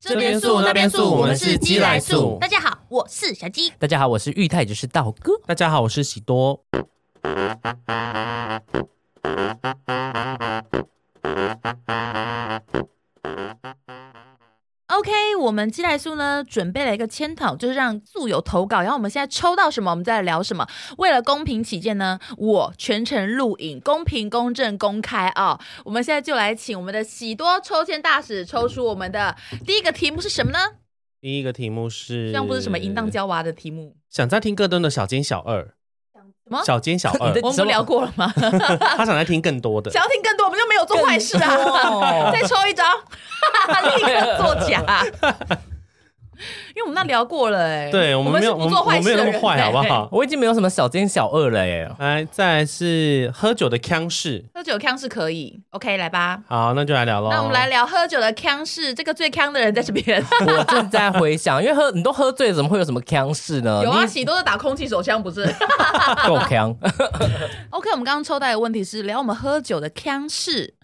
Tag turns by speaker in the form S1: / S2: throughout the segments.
S1: 这边素那边素，我们是鸡来素。
S2: 大家好，我是小鸡。
S3: 大家好，我是玉泰，就是道哥。
S1: 大家好，我是喜多。
S2: OK，我们鸡来素呢准备了一个签讨，就是让素友投稿，然后我们现在抽到什么，我们再来聊什么。为了公平起见呢，我全程录影，公平、公正、公开啊、我们现在就来请我们的喜多抽签大使抽出我们的第一个题目是什么呢？
S1: 第一个题目是，
S2: 这样不是什么淫荡娇娃的题目，
S1: 想在听更多的小奸小二，
S2: 什呃么？啊
S1: 小奸小 二
S3: 你，
S2: 我们
S3: 的
S2: 不聊过了吗？
S1: 他想再听更多的。
S2: 想要听更多，我们就没有做坏事啊！ 再抽一 张，立刻作假。因为我们那聊过了、哎，
S1: 对我
S2: 我
S1: 们
S2: 们
S1: 没
S2: 是
S1: 有，
S2: 不
S1: 我
S2: 做
S1: 们
S2: 坏
S1: 我
S2: 事
S1: 没有
S2: 的
S1: 那
S2: 人，
S1: 么坏，好不
S2: 对？
S1: 好？
S3: 我已经没有什么小奸小恶了 耶。
S1: 来，再来是喝酒的腔式。
S2: 喝酒康是可以，OK，来吧。
S1: 好，那就来聊喽。
S2: 那我们来聊喝酒的康是这个最康的人在这 边。
S3: 我正在回想，因为喝你都喝醉了，怎么会有什么腔事呢？
S2: 有啊，
S3: 你
S2: 喜多是打空气手枪 不是
S3: 够腔。
S2: ？OK，我们刚刚抽到的问题是聊我们喝酒的康是，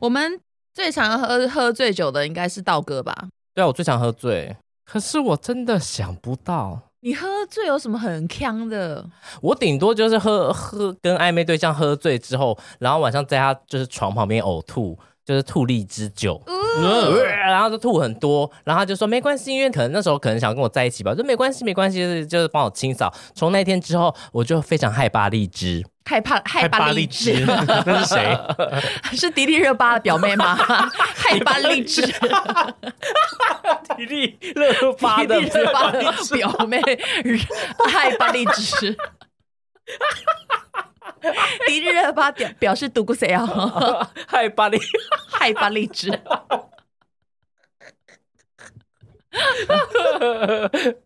S2: 我们最常喝喝醉酒的应该是道哥吧？
S3: 对啊，我最想喝醉，可是我真的想不到，
S2: 你喝醉有什么很康的？
S3: 我顶多就是喝喝跟暧昧对象喝醉之后，然后晚上在他就是床旁边呕吐，就是吐荔枝酒。呃
S1: 嗯，
S3: 然后就吐很多，然后他就说没关系，因为可能那时候可能想跟我在一起吧，我说没关系没关系，就是就是帮我清扫。从那天之后，我就非常害怕荔枝，
S2: 害怕害怕荔枝，
S1: 那是 谁？
S2: 是迪丽热巴 的表妹吗？害怕荔枝，
S3: 体力热
S2: 迪丽 热巴的表妹， 害怕荔 枝。迪丽热巴表表示独孤谁啊？
S3: 害怕荔，
S2: 害怕荔 枝，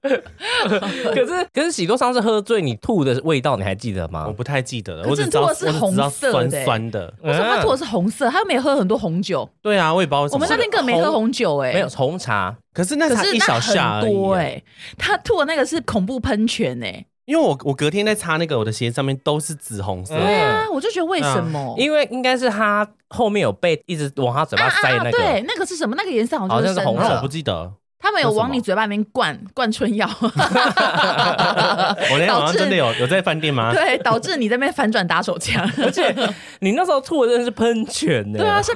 S3: 可是可是喜多上次喝醉你吐的味道你还记得
S1: 我
S3: 吗？
S1: 不太记得了，
S2: 可
S1: 我
S2: 是
S1: 只知道
S2: 如果
S1: 我
S2: 是
S1: 只知道
S2: 红色的
S1: 酸
S2: 欸
S1: 酸的。
S2: 为什么他吐的是红色？他又没有喝很多红酒。
S1: 对啊，我也不知道为什么。
S2: 我们那天根本没喝红酒哎、
S3: 没有哎红茶，
S1: 可是那
S2: 可
S1: 才
S2: 是
S1: 一小
S2: 那很
S1: 下而
S2: 多
S1: 已
S2: 哎、
S1: 欸。
S2: 他吐的那个是恐怖喷泉哎、
S1: 因为我我隔天在擦那个我的鞋上面都是紫红色的，
S3: 嗯
S2: 对啊，我就觉得为什么？
S3: 因为应该是他后面有被一直往他嘴巴塞的那个，
S2: 啊对，那个是什么？那个颜色好像
S3: 好
S2: 就
S3: 像
S2: 是
S3: 是
S2: 深
S3: 红
S1: 那
S3: 色
S2: 色
S1: 我不记得。
S2: 他们有
S3: 那什么
S2: 往你嘴巴里面灌灌春药，
S1: 我那天晚上真的 有有在饭店吗？
S2: 对，啊导致你在那边反转打手 枪。
S3: 而且你那时候吐的真的是喷泉 呢、
S2: 对 啊，是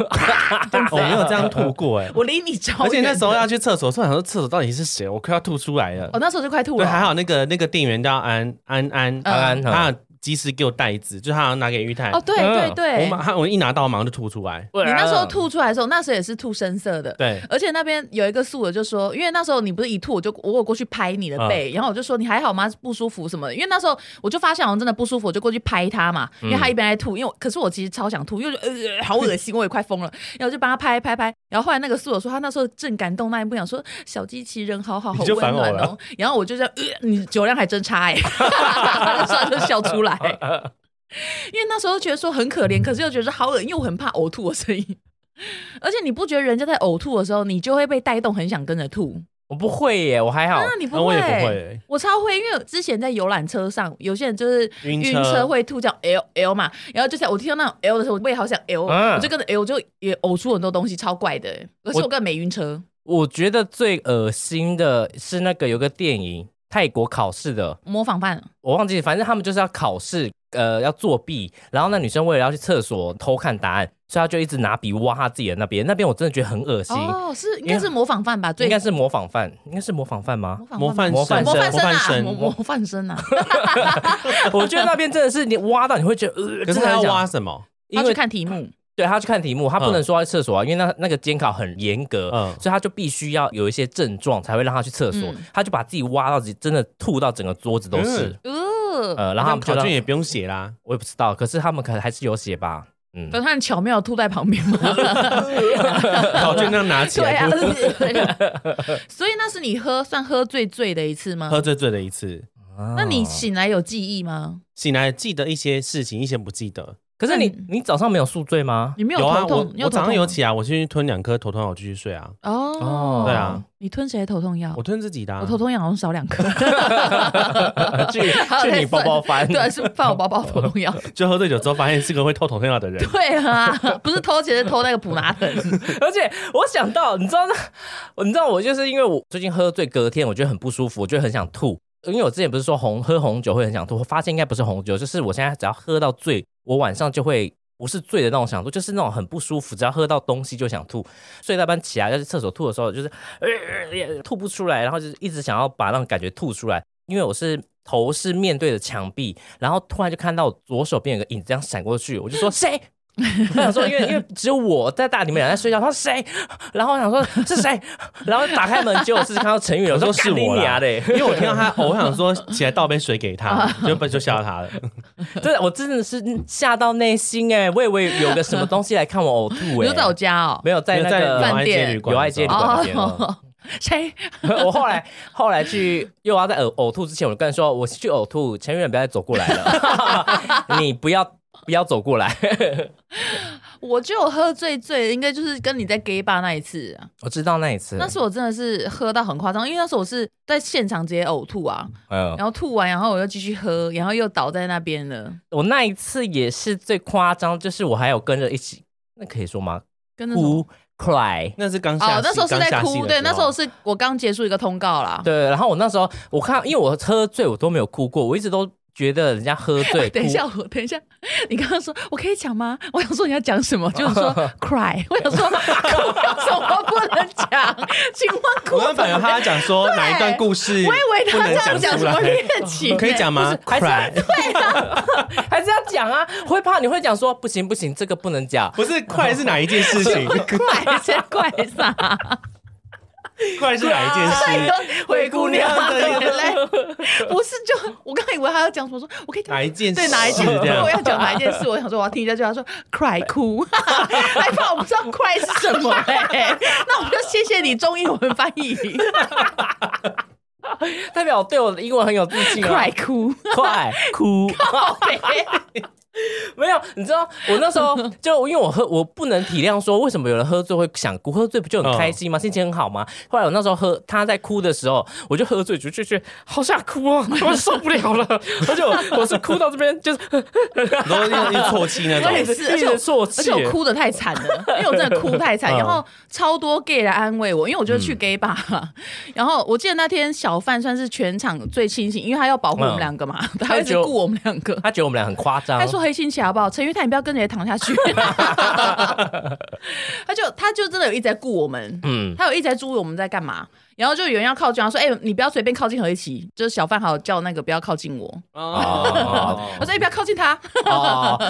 S1: 我没有这样吐过哎、
S2: 我离你超远。
S1: 而且那时候要去厕所，突然想说厕所到底是谁，我快要吐出来了
S2: 我。哦那时候就快吐
S1: 对，
S2: 了，
S1: 还好那个那个店员叫安安安，呃
S2: 嗯
S3: 安安
S1: 他有及时给我袋子，就他要拿给玉泰。
S2: 哦，对对
S3: 嗯
S2: 对，
S1: 我马他我一拿到马上就吐出来。
S3: 你
S2: 你那时候吐出来的时候，那时候也是吐深色的。
S1: 对，
S2: 而且那边有一个素友就说，因为那时候你不是一吐，我就我有过去拍你的
S1: 嗯
S2: 背，然后我就说你还好吗？不舒服什么的？因为那时候我就发现好像真的不舒服，我就过去拍他嘛，
S1: 嗯
S2: 因为他一边在吐，因为我可是我其实超想吐，因为我就呃呃好恶心，我也快疯 了，然后就帮他拍拍拍。然后后来那个素友说，他那时候正感动那一步，想说小机器人好好好
S1: 你就
S2: 温
S1: 烦我
S2: 暖哦
S1: 了。
S2: 然后我就这样，呃、你酒量还真差哎、欸， 他就说他就笑出来。因为那时候觉得说很可怜，可是又觉得好恶心，因为我很怕呕吐的声音。而且你不觉得人家在呕吐的时候，你就会被带动，很想跟着吐？
S3: 我不会耶，我还好。
S2: 那你不
S1: 那
S2: 会？
S1: 我也不会、欸。
S2: 我超会，因为我之前在游览车上，有些人就是
S1: 晕
S2: 晕
S1: 车
S2: 车会吐叫 L L 嘛，然后就像我听到那种 L 的时候，我也好想 L，、
S3: 嗯
S2: 我就跟着 L 我就也呕出很多东西，超怪的、欸可是我
S3: 我
S2: 根本没晕车，
S3: 我觉得最恶心的是那个有个电影，泰国考试的，
S2: 模仿犯
S3: 我忘记，反正他们就是要考试，呃，要作弊。然后那女生为了要去厕所偷看答案，所以她就一直拿笔挖她自己的那边，那边我真的觉得很恶心。
S2: 哦，是应该是模仿犯吧？最
S3: 应该是模仿犯，应该是模仿犯吗？
S1: 模范
S3: 模
S2: 啊
S3: 范
S1: 生，
S2: 模范生
S1: 模范
S2: 啊，
S1: 生
S2: 模模范生啊，
S3: 我觉得那边真的是你挖到你会觉得，呃、
S1: 可
S3: 真
S1: 是
S3: 的
S1: 他要
S3: 很想
S1: 挖，什么？
S2: 他
S3: 因
S2: 去
S3: 为
S2: 看题目，
S3: 对他去看题目，他不能说在厕所啊，因为那那个监考很严格，
S1: 嗯
S3: 所以他就必须要有一些症状才会让他去厕所，
S2: 嗯
S3: 他就把自己挖到自己真的吐到整个桌子都是，
S2: 呃，
S3: 呃，然后他
S1: 那
S3: 们就
S1: 考
S3: 让
S1: 卷也不用写啦。
S3: 我也不知道，可是他们可能还是有写吧，嗯，
S2: 可是他很巧妙地吐在旁边嘛，
S1: 考卷那样拿 起
S2: 对
S1: 来，
S2: 啊
S1: 就，
S2: 所以那是你喝算喝醉醉的一次吗？
S1: 喝醉醉的一次。
S3: 啊
S2: 那你醒来有记忆吗？
S1: 醒来记得一些事情，一些不记得。
S3: 可是你
S2: 嗯
S3: 你早上没有宿醉吗？
S2: 你没有
S1: 有啊，
S2: 头
S1: 我
S2: 痛？你
S1: 我
S2: 头
S1: 早上
S2: 痛
S1: 有
S2: 吗
S1: 起来，我去吞两颗头痛药，我继续睡啊。
S2: 哦，
S1: 对啊，
S2: 你吞谁的头痛药
S1: 我？吞自己的、啊，
S2: 我头痛药好像少两 颗，
S3: 呃去
S2: 还有
S3: 去
S2: 在
S3: 你包包
S2: 算
S1: 哎
S3: 翻，
S2: 对，是放我包包头 痛药。
S1: 就喝醉酒之后发现是个会偷头痛药的人。
S2: 对啊，不是偷钱，是偷那个普拿疼。
S3: 而且我想到，你知道那，我你知道我就是因为我最近喝醉，隔天我觉得很不舒服，我就很想吐。因为我之前不是说红喝红酒会很想吐，我发现应该不是红酒，就是我现在只要喝到醉，我晚上就会不是醉的那种想吐，就是那种很不舒服，只要喝到东西就想吐。睡到一半起来要去厕所吐的时候，就是、呃呃呃吐不出来，然后就是一直想要把那种感觉吐出来。因为我是头是面对着墙壁，然后突然就看到我左手边有个影子这样闪过去，我就说谁？ 我想说，因为因为只有我在大，你们俩在睡觉。他说谁？然后我想说是谁？ 然后打开门，结果是看到陈宇，我说
S1: 我说是我啦
S3: 俩嘞。
S1: 因为我听到他呕，我想说起来倒杯水给他，就就吓他了。
S3: 真的，我真的是吓到内心哎、我以为有个什么东西来看我呕吐
S2: 你
S3: 哎、
S2: 就在我家哦，
S3: 没有在那
S1: 在友
S3: 个
S2: 饭
S1: 爱街
S2: 店
S1: 旅馆
S3: 友
S1: 的时候，
S3: 爱街旅馆那边了。
S2: 哦谁？
S3: 我后来后来去又要在呕呕吐之前，我就跟他说我去呕吐，陈远不要再走过来 了，你不要不要走过来。
S2: 我就有喝醉醉，应该就是跟你在 gay bar 那一次啊，
S3: 我知道那一次，
S2: 那次我真的是喝到很夸张，因为那时候我是在现场直接呕吐啊，
S3: 嗯，
S2: 然后吐完，然后我又继续喝，然后又倒在那边了，
S3: 我那一次也是最夸张，就是我还有跟着一起，那可以说吗？
S2: 跟那种
S3: 哭 cry。
S1: 那是刚下戏
S2: 哦，那时候是在
S1: 刚下戏
S2: 哭，
S1: 的
S2: 对，那时候
S1: 是
S2: 是我刚结束一个通告啦。
S3: 对，然后我那时候我看，因为我喝醉，我都没有哭过，我一直都觉得人家喝
S1: 哎
S3: 醉 哭
S2: 等一下，我等一下，你刚刚说我可以讲吗？ 我想说你要讲什么，就是 说 cry，我想说 哭有什么不能讲？ 请问哭
S1: 我刚
S2: 怎
S1: 反而
S2: 么？
S1: 他讲说哪一段故事，
S2: 我以为
S1: 不
S2: 他
S1: 能
S2: 这样讲什
S1: 出
S2: 么
S1: 来，
S2: 恋情，
S1: 可以讲吗
S3: 不是还是要啊
S1: ？cry
S3: 还是要讲啊，会怕你会讲说不行不行，这个不能讲。
S1: 不是 cry 是哪一件 事情
S2: 怪谁怪啥？
S1: ？cry 是哪一件 事？
S2: 灰姑娘的
S1: 灰姑娘的
S2: 眼泪，不是就我刚以为他要讲什么，说我可以讲
S1: 哪一件事？
S2: 对哪一件事，
S1: 这样
S2: 我要讲哪一件事，我想说我要听一下，就他 说 cry 哭，还怕我不知道 cry 是什么哎， 那我们就谢谢你中英文翻译
S1: 啊
S3: 代表我对我的英文很有自信啊
S2: cry 哭，
S3: 快 哭！没有，你知道我那时候就因为我喝，我不能体谅说为什么有人喝醉会想哭，喝醉不就很开心吗？
S2: 嗯
S3: 心情很好吗？后来我那时候喝，他在哭的时候，我就喝醉，就就觉得好想哭 哦，我受不了了，而且我我是哭到这边就是
S1: 然后又又啜泣那
S2: 我
S1: 种
S2: 也
S3: 一。
S2: 是
S3: 直一直啜
S2: 而
S3: 泣
S2: 且，我哭的太惨了，因为我真的哭太惨，
S3: 嗯
S2: 然后超多 gay 来安慰我，因为我就去 gay 吧， 然后我记得那天小范算是全场最清醒，因为他要保护我们两个嘛，
S3: 嗯
S2: 他一直顾我们两个。
S3: 他觉得我们俩很夸张
S2: 他，说黑心起来好不好？陈玉泰，你不要跟着也躺下去。 他就他就真的有一直在顾我们，
S3: 嗯，
S2: 他有一直在注意我们在干嘛。然后就有人要靠近，他说：“哎、你不要随便靠近何一奇。”就是小范好叫那个不要靠近我。
S1: 哦
S2: 我说：“你哎不要靠近他。
S3: 哦，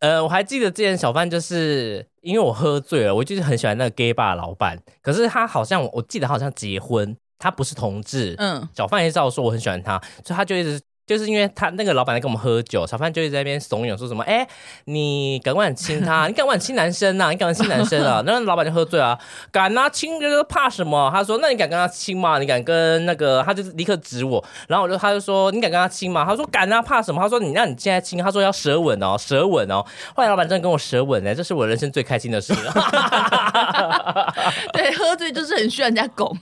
S3: 呃，我还记得之前小范就是因为我喝醉了，我就是很喜欢那个 gay bar 的老板，可是他好像我记得他好像结婚，他不是同志”，
S2: 嗯，
S3: 小范也知道说我很喜欢他，所以他就一直就是因为他那个老板在跟我们喝酒，小范就一直在那边怂恿说什么，哎、你敢不敢亲他？你 敢不敢亲男生啊？你敢不敢亲男生 啊？那老板就喝醉啊，敢啊，亲就是怕什么？他说，那你敢跟他亲吗？你敢跟那个？他就立刻指我，然后我就他就说，你敢跟他亲吗？他说敢啊，怕什么？他说你那你现在亲，他说要舌吻哦，舌吻哦。后来老板真的跟我舌吻欸呢、这是我人生最开心的事 了。
S2: 对，喝醉就是很需要人家拱，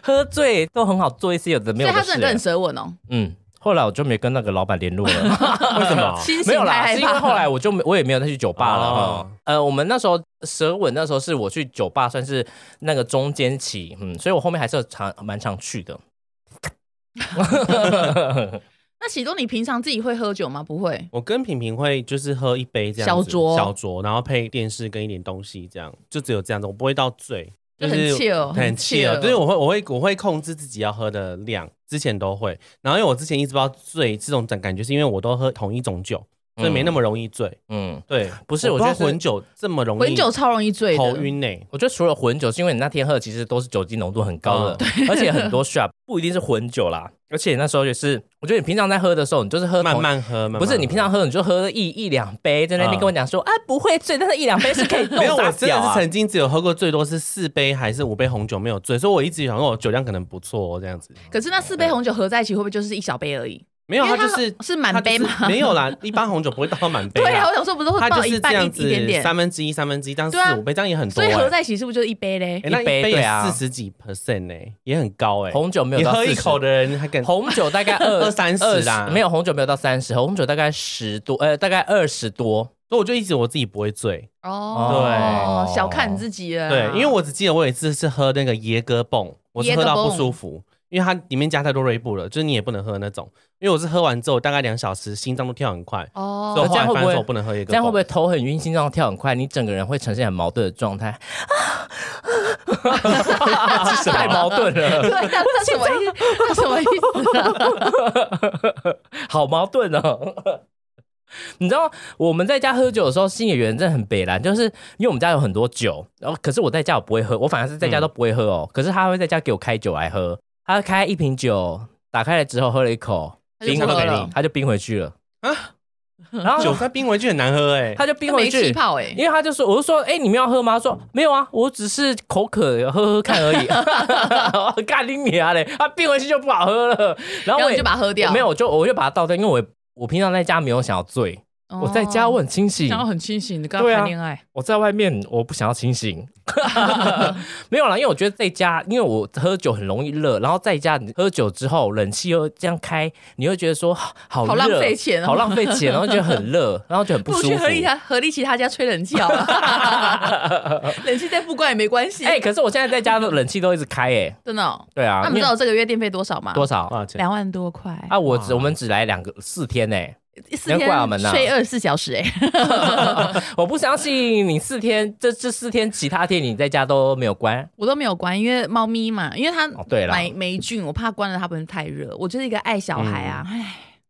S3: 喝醉都很好做一些有的没
S2: 所
S3: 有
S2: 以
S3: 的
S2: 他
S3: 事、
S2: 真的很舌吻哦，
S3: 嗯，后来我就没跟那个老板联络了。
S1: 为什么？
S2: 清
S3: 没
S2: 醒
S3: 有
S2: 太
S3: 啦，
S2: 害
S3: 是因为
S2: 怕。
S3: 后来我就没我也没有再去酒吧了。
S1: 哦
S3: 嗯呃，我们那时候舌吻那时候是我去酒吧算是那个中间期，嗯，所以我后面还是有常蛮常去的。
S2: 那喜多，你平常自己会喝酒吗？不会。
S1: 我跟平平会就是喝一杯这样子
S2: 小酌
S1: 小酌，然后配电视跟一点东西，这样就只有这样子，我不会到醉，
S2: 就是很 chill，很
S1: 很
S2: chill
S1: chill，就是我会我会我会控制自己要喝的量，之前都会。然后因为我之前一直不知道醉这种感觉，是因为我都喝同一种酒，所以没那么容易醉。
S3: 嗯，
S1: 对，
S3: 不是
S1: 我
S3: 我觉
S1: 觉
S3: 得
S1: 得
S3: 是
S1: 混酒这么容易
S2: 混酒超容易醉的，
S1: 头晕欸呢、
S3: 我觉得除了混酒，是因为你那天喝的其实都是酒精浓度很高的，而且很多 shot 不一定是混酒啦。而且那时候也是，我觉得你平常在喝的时候，你就是喝
S1: 慢
S3: 同
S1: 慢喝，慢慢喝嗯
S3: 不是你平常喝，你就喝一一两杯，在那边跟我讲说、啊不会醉，但是一两杯是可以弄
S1: 没有，
S3: 傻
S1: 我真
S3: 掉
S1: 的是
S3: 啊。
S1: 曾经只有喝过最多是四杯还是五杯红酒没有醉，所以我一直想说我酒量可能不错、哦、这样子。
S2: 可是那四杯红酒合在一起，会不会就是一小杯而已？
S1: 没有，
S2: 因为
S1: 它
S2: 它
S1: 就是
S2: 是满
S1: 它就
S2: 杯
S1: 是
S2: 吗
S1: 没有啦，一般红酒不会倒到满杯 啦。
S2: 对啊，我想说不是会
S1: 它就
S2: 倒
S1: 是
S2: 一
S1: 这
S2: 半一
S1: 样
S2: 一
S1: 子
S2: 点点，
S1: 三分之一、三分之一，这样四
S2: 对啊
S1: 五杯，这样也很多
S2: 所
S1: 欸。
S2: 以合在一起是不是就是一杯嘞
S1: 哎，？那
S3: 一
S1: 一
S3: 杯
S1: 杯
S3: 对
S1: 也
S3: 啊
S1: 四十几 percent 呢，也很高哎。
S3: 红酒没有
S1: 你
S3: 到
S1: 喝一
S3: 40
S1: 口的人还敢
S3: 红酒 大概二
S1: 二三十啦
S3: 没有红酒没有到三十，红酒大概十多，呃，大概二十多。
S1: 所以我就一直我自己不会醉，
S2: 哦，
S3: 对
S2: 小看你自己了啊。
S1: 对，因为我只记得我有一次是喝那个椰哥泵，我是喝到不舒服，因为它里面加太多瑞布了，就是你也不能喝那种，因为我是喝完之后大概两小时，心脏都跳很快，
S2: 哦
S1: 所以我后来
S3: 这样会不会
S1: 发现说我不能喝椰
S3: 这
S1: 哥
S3: 样会不会
S1: 泵，
S3: 头很晕，心脏跳很快，你整个人会呈现很矛盾的状 态？
S1: 是
S3: 太矛盾 了，
S2: 对，那那什么意 思？那什么意思啊？
S3: 好矛盾哦。 你知道我们在家喝酒的时候，新演员真的很北蓝，就是因为我们家有很多酒，然后可是我在家我不会喝，我反而是在
S1: 嗯
S3: 家都不会喝哦。可是他会在家给我开酒来喝，他开一瓶酒，打开了之后喝了一口，
S2: 他就
S3: 冰回
S1: 不喝
S3: 去
S1: 了，
S3: 他就冰回去了
S1: 啊
S3: 然后
S1: 酒在冰回去很难喝哎，
S3: 他就冰
S2: 那
S3: 回
S2: 没
S3: 去
S2: 气，泡哎，
S3: 因为他就说，我就说，哎、你们要喝吗？他说没有啊，我只是口渴，喝喝看而已。 干你娘嘞！他冰回去就不好喝了，然
S2: 然
S3: 后
S2: 后
S3: 我
S2: 你
S3: 也
S2: 就把它喝掉。
S3: 没有，我就我就把它倒掉，因为我我平常在家没有想要醉，
S2: 哦，
S3: 我在家我很清醒
S2: 想，要很清醒，你跟他
S3: 对啊
S2: 谈恋爱。
S3: 我在外面我不想要清醒。 没有啦，因为我觉得在家，因为我喝酒很容易热，然后在家你喝酒之后，冷气又这样开，你会觉得说 好好
S2: 好浪
S3: 热
S2: 费钱哦
S3: 好浪费钱，然后觉得很热，然后就很 不
S2: 不如
S3: 舒
S2: 去
S3: 服
S2: 合。力他合力其他家吹冷气好 了，冷气再不关也没关系。
S3: 哎、可是我现在在家的冷气都一直开、哎，
S2: 真的哦。
S3: 对啊，
S2: 那你们
S3: 因为
S2: 知道我啊这个月电费多少吗？
S3: 多少
S1: 多少钱？
S2: 两万多块
S3: 啊？我只
S1: 哇
S3: 我们只来两个四 天呢、
S2: 四
S3: 难怪我们
S2: 天
S3: 呐
S2: 睡二十四小时哎。
S3: 我不相信你四天，这这四天其他天你在家都没有关。
S2: 我都没有关，因为猫咪嘛，因为它
S3: 哦对啦
S2: 买霉菌，我怕关了它不能太热。我就是一个爱小孩啊，唉，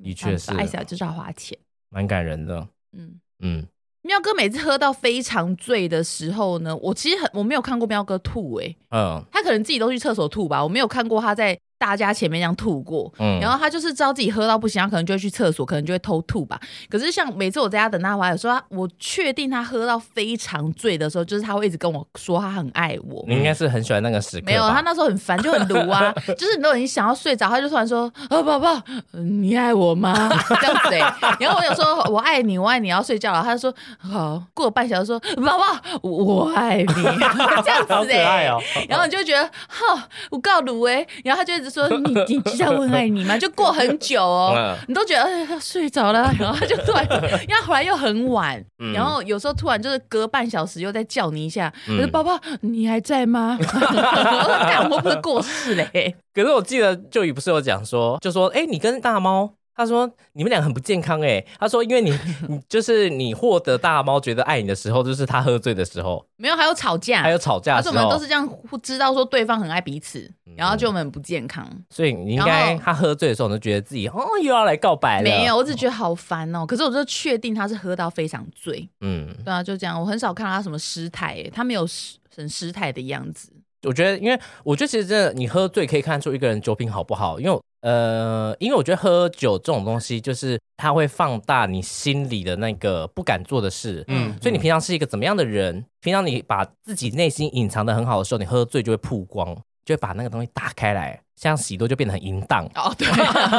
S3: 的嗯确是
S2: 没办法爱小孩就是要花钱。
S3: 蛮感人的。
S2: 嗯，
S3: 嗯，
S2: 喵哥每次喝到非常醉的时候呢，我其实很我没有看过喵哥吐、欸，
S3: 嗯
S2: 他可能自己都去厕所吐吧，我没有看过他在大家前面这样吐过。
S3: 嗯，
S2: 然后他就是知道自己喝到不行，他可能就会去厕所，可能就会偷吐吧。可是像每次我在家等他回来，有时候他我确定他喝到非常醉的时候，就是他会一直跟我说他很爱我。
S3: 你应该是很喜欢那个时刻吧。
S2: 没有，他那时候很烦，就很毒 啊，就是你都已经想要睡着，他就突然说：“啊，宝宝，嗯你爱我吗？” 这样子哎、然后我有说：“我爱你，我爱你，要睡觉了。”他就说：“好。”过了半小时说：“宝宝，我我爱你。” 这样
S1: 好
S2: 子
S1: 可
S2: 哎、
S1: 爱哦！
S2: 然后你就会觉得，哈，我告鲁哎，然后他就一直说你你知道我很爱你吗？就过很久哦
S3: 嗯，
S2: 你都觉得、哎、睡着了，然后他就突 然，因为他回来又很晚，
S3: 嗯
S2: 然后有时候突然就是隔半小时又再叫你一下，
S3: 嗯
S2: 我说宝宝你还在吗？ 我说干我不是过世嘞，
S3: 可是我记得舅姨不是有讲说，就说哎、诶你跟大猫。他说：“你们俩很不健康哎、诶他说：“因为你， 你就是你获得大猫觉得爱你的时候，就是他喝醉的时候，
S2: 没有还有吵架，
S3: 还有吵架
S2: 嗯而
S3: 的
S2: 且
S3: 时
S2: 我们都
S3: 候嗯
S2: 是。这样互知道说对方很爱彼此，然后就我们很不健康。
S3: 所以你应该
S2: 然后
S3: 他喝醉的时候，你就觉得自己哦又要来告白了。
S2: 没有，，我只觉得好烦哦。可是我就确定他是喝到非常醉，
S3: 嗯，
S2: 对啊，就这样。我很少看到他什么失态、欸，他没有失很失态的样子。
S3: 我觉得，因为我觉得其实真的，你喝醉可以看出一个人酒品好不好。因为我呃，因为我觉得喝酒这种东西，就是它会放大你心里的那个不敢做的事。
S1: 嗯，
S3: 所以你平常是一个怎么样的人？平常你把自己内心隐藏的很好的时候，你喝醉就会曝光，就会把那个东西打开来，像喜多就变得很淫荡。
S2: 哦，对，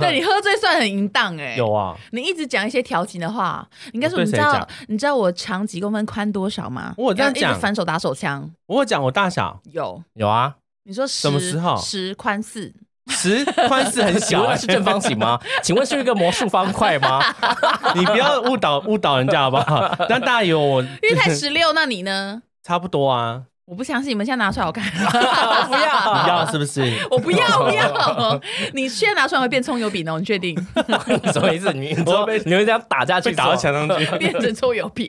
S2: 对你喝醉算很淫荡哎、
S1: 有啊，
S2: 你一直讲一些调情的话，你应该说
S1: 我
S2: 你
S1: 对
S2: 知
S1: 谁
S2: 道
S1: 讲
S2: 你知道我长几公分宽多少吗？
S1: 我有这
S2: 然
S1: 样
S2: 后一直
S1: 讲
S2: 反手打手枪
S1: 我有讲我大小
S2: 有。
S3: 有啊，
S2: 你说十
S1: 什么时候
S2: 十宽 四，
S1: 十宽四很
S3: 请
S1: 小
S3: 问
S1: 欸，
S3: 啊是正方形吗？请问是一个魔术方块吗？
S1: 欸 你不要误导误导人家好不好？让大家以为我
S2: 玉泰十六，那你呢？
S1: 差不多啊，
S2: 我不相信，你们现在拿出来我 看，
S3: 不要
S1: 你要是不是？
S2: 我不要不要， 你现在拿出来会变葱油饼哦，你确定
S3: 什么意思？ 你你说
S1: 我被
S3: 你会这样打下去
S1: 被
S3: 是吗，
S1: 打到墙上去。
S2: 变成葱油 饼？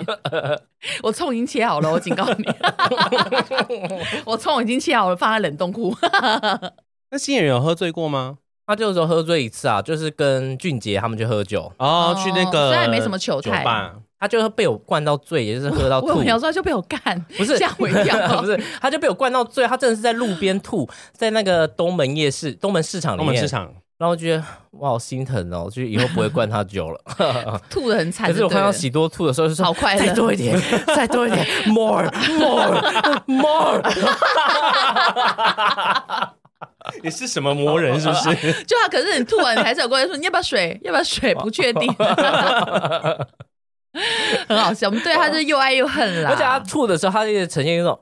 S2: 我葱已经切好了，我警告你，我葱已经切好了，放在冷冻库。
S1: 那新演员有喝醉过吗？
S3: 他就是说喝醉一次啊，就是跟俊杰他们去喝酒，
S1: 哦
S2: 哦，
S1: 去那个，
S2: 虽然没什么糗
S1: 酒
S2: 态
S1: 吧，
S3: 他就被我灌到醉，也就是喝到
S2: 我
S3: 哦吐
S2: 我。有时候就被我干，
S3: 不是
S2: 吓我一跳。
S3: 不是，他就被我灌到醉，他真的是在路边吐，在那个东门夜市、东门市场里
S1: 东
S3: 面。
S1: 门市场，
S3: 然后我觉得哇，好心疼哦，就以后不会灌他 酒了。
S2: 吐的很惨
S3: 可
S2: 就对
S3: 是
S2: 了。
S3: 我看到喜多吐的时候，就说
S2: 好快乐
S3: 再多一点，再多一点，more more more。
S1: 你是什么魔人是不是？
S2: 就他，可是你吐完，你还是有过来说你要不要水，要不要水，不确 定，很好笑。我们对他是又爱又恨啦。
S3: 而且他吐的时候，他也呈现一种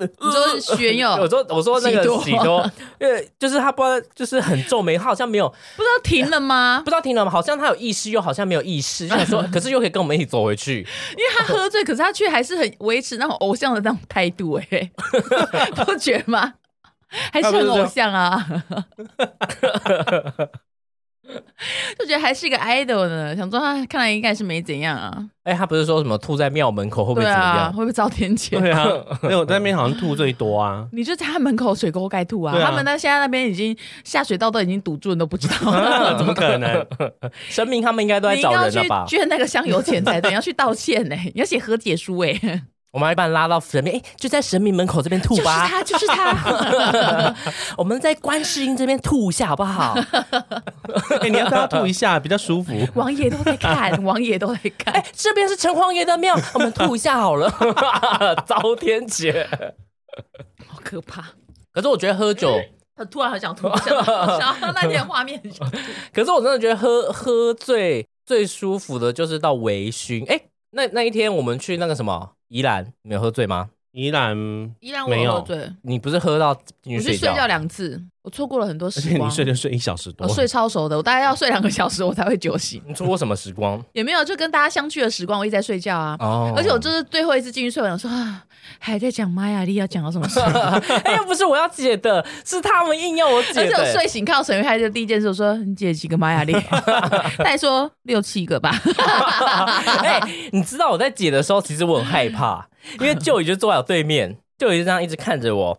S2: 你说玄 佑
S3: 我
S2: 不知
S3: 说我说那个
S2: 哦喜
S3: 喜
S2: 多
S3: 多，因为就是他不知道，就是很皱眉，他好像没有不
S2: 道停了吗
S3: 知？道听了吗？好像他有意识，又好像没有意识，就 想说，可是又可以跟我们一起走回去。
S2: 因为他喝醉，可是他却还是很维持那种偶像的那种态度、 欸，哎，不觉得吗？还是很偶像啊，就觉得还是一个 idol 呢。想说他看来应该是没怎样啊，
S3: 哎、他不是说什么吐在庙门口会不会
S2: 对
S3: 怎么
S2: 啊，
S3: 样？
S2: 会不会遭天谴？
S1: 对啊， 那我在那边好像吐最多啊。
S2: 你就在他门口水沟盖吐啊！
S1: 对啊
S2: 他们那现在那边已经下水道都已经堵住，你都不知道。
S1: 啊怎么可 能？
S3: 神明他们应该都在
S2: 你应
S3: 找
S2: 该要
S3: 人
S2: 去
S3: 了吧？
S2: 捐那个香油钱才对，你要去道歉 呢、你要写和解书哎、
S3: 我们还把他拉到神明，哎、就在神明门口这边吐
S2: 就是
S3: 吧。
S2: 他，就是他。
S3: 我们在观世音这边吐一下好不好？
S1: 哎，你要不要吐一下，比较 舒服？
S2: 王爷都在看，王爷都在看。
S3: 这边是城隍爷的庙，我们吐一下好了。 遭天劫！
S2: 好可怕！
S3: 可是我觉得喝酒，
S2: 他突然很想吐，想 到想到那天画面，
S3: 可是我真的觉得喝喝醉最舒服的就是到微醺。哎、那那一天我们去那个什么宜兰，你有喝醉吗？
S1: 依然，
S2: 依然
S1: 没
S2: 我
S1: 有
S2: 喝醉，
S3: 你不是喝到进
S2: 我
S3: 去
S2: 去
S3: 睡
S2: 睡
S3: 觉？
S2: 觉两次，我错过了很多
S1: 而
S2: 时
S1: 且
S2: 光
S1: 你。睡就睡一小时多
S2: 我，哦睡超熟的，我大概要睡两个小时，我才会酒醒。
S3: 你错过什么时光？
S2: 也没有，就跟大家相聚的时光，我一直在睡觉啊。
S3: 哦
S2: 而且我就是最后一次进去睡，我想说啊，还在讲玛雅丽要讲到什么时候？
S3: 哎、又不是我要解的，是他们硬要我
S2: 而
S3: 解
S2: 且
S3: 的、
S2: 我睡醒看到沈玉海的第一件事，我说你姐几个玛雅丽？他还说六七个吧。
S3: 哎、你知道我在解的时候，其实我很害 怕，因为舅宇就坐在我对面，舅宇就这样一直看 着我。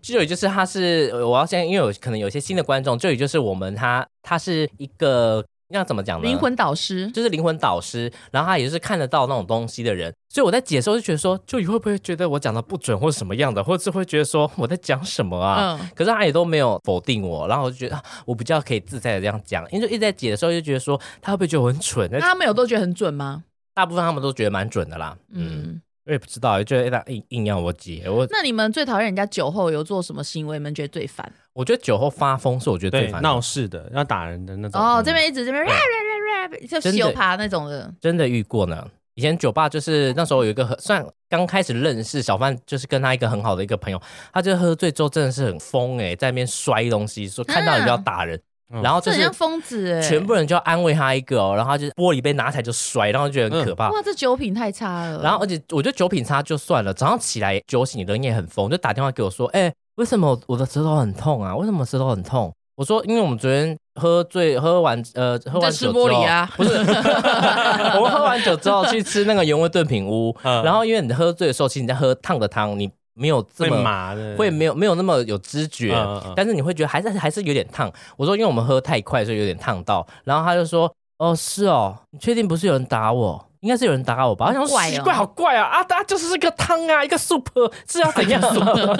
S3: 舅宇就是他是呃我要先，因为有可能有些新的观众，舅宇就是我们他他是一个要怎么讲呢？
S2: 灵魂导师，
S3: 就是灵魂导师，然后他也是看得到那种东西的人，所以我在解的时候就觉得说，舅宇会不会觉得我讲的不准或者什么样的，或者是会觉得说我在讲什么啊？
S2: 嗯，
S3: 可是他也都没有否定我，然后我就觉得、啊、我比较可以自在的这样讲，因为就一直在解的时候就觉得说他会不会觉得我很蠢？
S2: 那
S3: 但
S2: 他们有都觉得很准吗？
S3: 大部分他们都觉得蛮准的啦。嗯，
S2: 嗯，
S3: 我也不知道，就他硬硬要我解，我
S2: 那你们最讨厌人家酒后有做什么行为？你们觉得最烦？
S3: 我觉得酒后发疯是我觉得
S1: 对
S3: 最，烦的
S1: 闹事的，要打人的那种。
S2: 哦，这边一直这边 rap rap rap，就
S3: 真的
S2: 羞爬那种的，
S3: 真的遇过呢。以前酒吧就是那时候有一个很算刚开始认识小范，就是跟他一个很好的一个朋友，他就喝醉之后真的是很疯哎、在那边摔东西，说看到人就要打人，
S1: 嗯
S3: 然后
S2: 这
S3: 就
S2: 很
S3: 是
S2: 像疯子哎。
S3: 全部人就要安慰他一个哦，然后他就玻璃杯拿起来就摔，然后就觉
S1: 嗯
S3: 得很可怕。
S2: 哇，这酒品太差了。
S3: 然后，而且我觉得酒品差就算了，早上起来酒醒，人也很疯，就打电话给我说：“哎、为什么我的舌头很痛啊？为什么舌头很痛？”我说：“因为我们昨天喝醉，喝完呃，喝
S2: 在
S3: 完
S2: 吃
S3: 酒之
S2: 玻璃
S3: 后
S2: 啊
S3: 不是，我们喝完酒之后去吃那个原味炖品屋，
S1: 嗯
S3: 然后因为你喝醉的时候，其实你在喝烫的汤，你没有这
S1: 会
S3: 么
S1: 麻的，
S3: 会没有没有那么有知觉，
S1: 嗯嗯嗯
S3: 但是你会觉得还是还是有点烫。我说因为我们喝太快，所以有点烫到。然后他就说：“哦，是哦，你确定不是有人打我？应该是有人打我吧？”我想说
S2: 怪哦
S3: 奇怪，好怪啊！啊，大家就是个汤啊，一个 soup 是要怎样？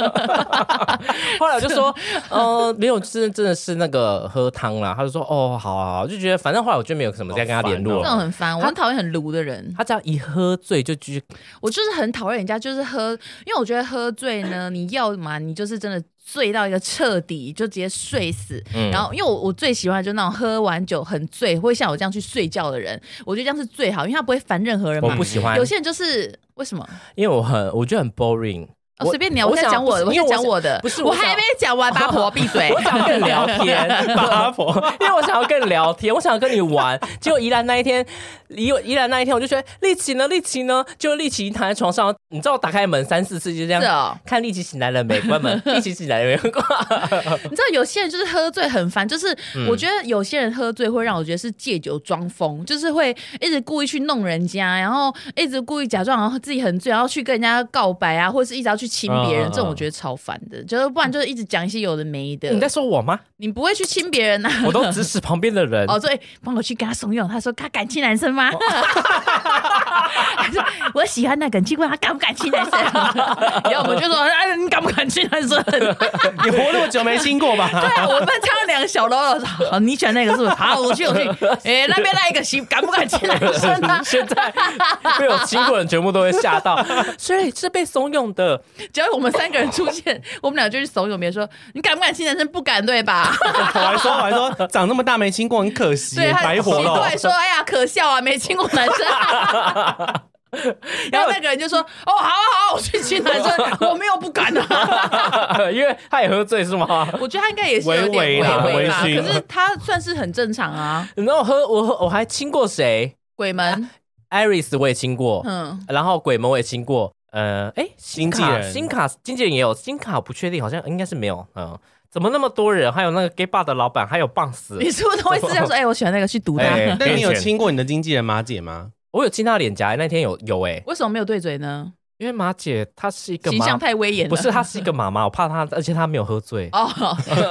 S3: 后来我就说：“呃，没有，真的真的是那个喝汤啦。”他就说：“哦，好好好，就觉得反正后来我就没有什么再跟他联
S2: 这
S3: 络
S1: 好
S3: 了。
S2: 种很烦，我很讨厌很卢的人。
S3: 他只要一喝醉就继续
S2: 我就是很讨厌人家就是喝，因为我觉得喝醉呢， 你要嘛你就是真的醉到一个彻底，就直接睡死。
S3: 嗯
S2: 然后因为我我最喜欢就是那种喝完酒很醉，会像我这样去睡觉的人，我觉得这样是最好，因为他不会烦任何人
S3: 我
S2: 嘛
S3: 不。喜欢
S2: 有，些人就是为什么？
S3: 因为我很我觉得很 boring。
S2: 哦、
S3: 我
S2: 随便你啊，
S3: 我
S2: 我现在
S3: 想
S2: 讲我的，
S3: 不
S2: 我
S3: 是因
S2: 现在
S3: 为
S2: 讲
S3: 我
S2: 我的，
S3: 不是
S2: 我
S3: 我想
S2: 还没讲 完，八婆闭嘴。
S3: 我想要跟你聊 天，
S1: 八婆，
S3: 因为我想要跟你聊天，我想要跟你玩。结果宜兰那一天，宜宜兰那一天，我就觉得丽琪呢，丽琪呢，就丽琪躺在床上，你知道我打开门三四次就这
S2: 是
S3: 样。
S2: 哦，
S3: 看丽琪醒来了没？关门。丽琪醒来了没？关。
S2: 你知道有些人就是喝醉很烦，就是我觉得有些人喝醉会让我觉得是借酒装疯，就是会一直故意去弄人家，然后一直故意假装然后自己很醉，然后去跟人家告白啊，或者是一直要去亲别人，
S1: 嗯嗯嗯
S2: 这种我觉得超烦的。就是不然就是一直讲一些有的没的，
S3: 你在说我吗？
S2: 你不会去亲别 人呐、啊。
S3: 我
S2: 哦
S3: 都指使旁边的 人。
S2: 哦，对，帮我去跟他怂恿，他说他敢亲男生吗？还说我喜欢那个器官，他敢不敢亲男生？ 然后我们就说，哎，你敢不敢亲男生？
S1: 你活那么久没亲过吧？
S2: 对啊，我们看到两个小喽啰说，好，你选那个是不是？好，我去，我 去。哎、那边那一个行，敢不敢亲男生啊？
S3: 现 在被我亲过的人全部都会吓到，哦所以是被怂恿的。
S2: 只要我们三个人出现，我们俩就去怂恿别人说，你敢不敢亲男生？不敢对吧？
S1: 我还说我还说长那么大没亲过，很可惜，
S2: 对，他
S1: 白活了。
S2: 对，说哎呀，可笑啊，没亲过男生。 然后那个人就说：“哦，好好，好我去亲男生， 我没有不敢啊。
S3: 因为他也喝醉是吗？”
S2: 我觉得他应该也是有点
S1: 微
S2: 微
S1: 微啦
S2: 微吧，
S1: 微醺
S3: 啊
S2: 可是他算是很正常啊。
S3: 你知道我喝我喝我还亲过谁
S2: 鬼 门，
S3: ？Iris 我也亲过，
S2: 嗯，
S3: 然后鬼门我也亲过。呃，哎，新
S1: 经纪
S3: 卡
S1: 人
S3: 新卡经纪人也有，新卡我不确定，好像应该是没有。嗯，怎么那么多人？还有那个 gay bar 的老板，还有棒死。
S2: 你是不是都会这 样说？哎，我喜欢那个去读他，
S3: 哎
S1: 但你有
S3: 给钱
S1: 亲过你的经纪人马姐吗？
S3: 我有亲他脸颊，那天有有哎、
S2: 为什么没有对嘴呢？
S3: 因为马姐她是一个
S2: 形
S3: 妈
S2: 象，太威严了，
S3: 不是她是一个妈妈，我怕她，而且她没有喝醉。
S2: 哦，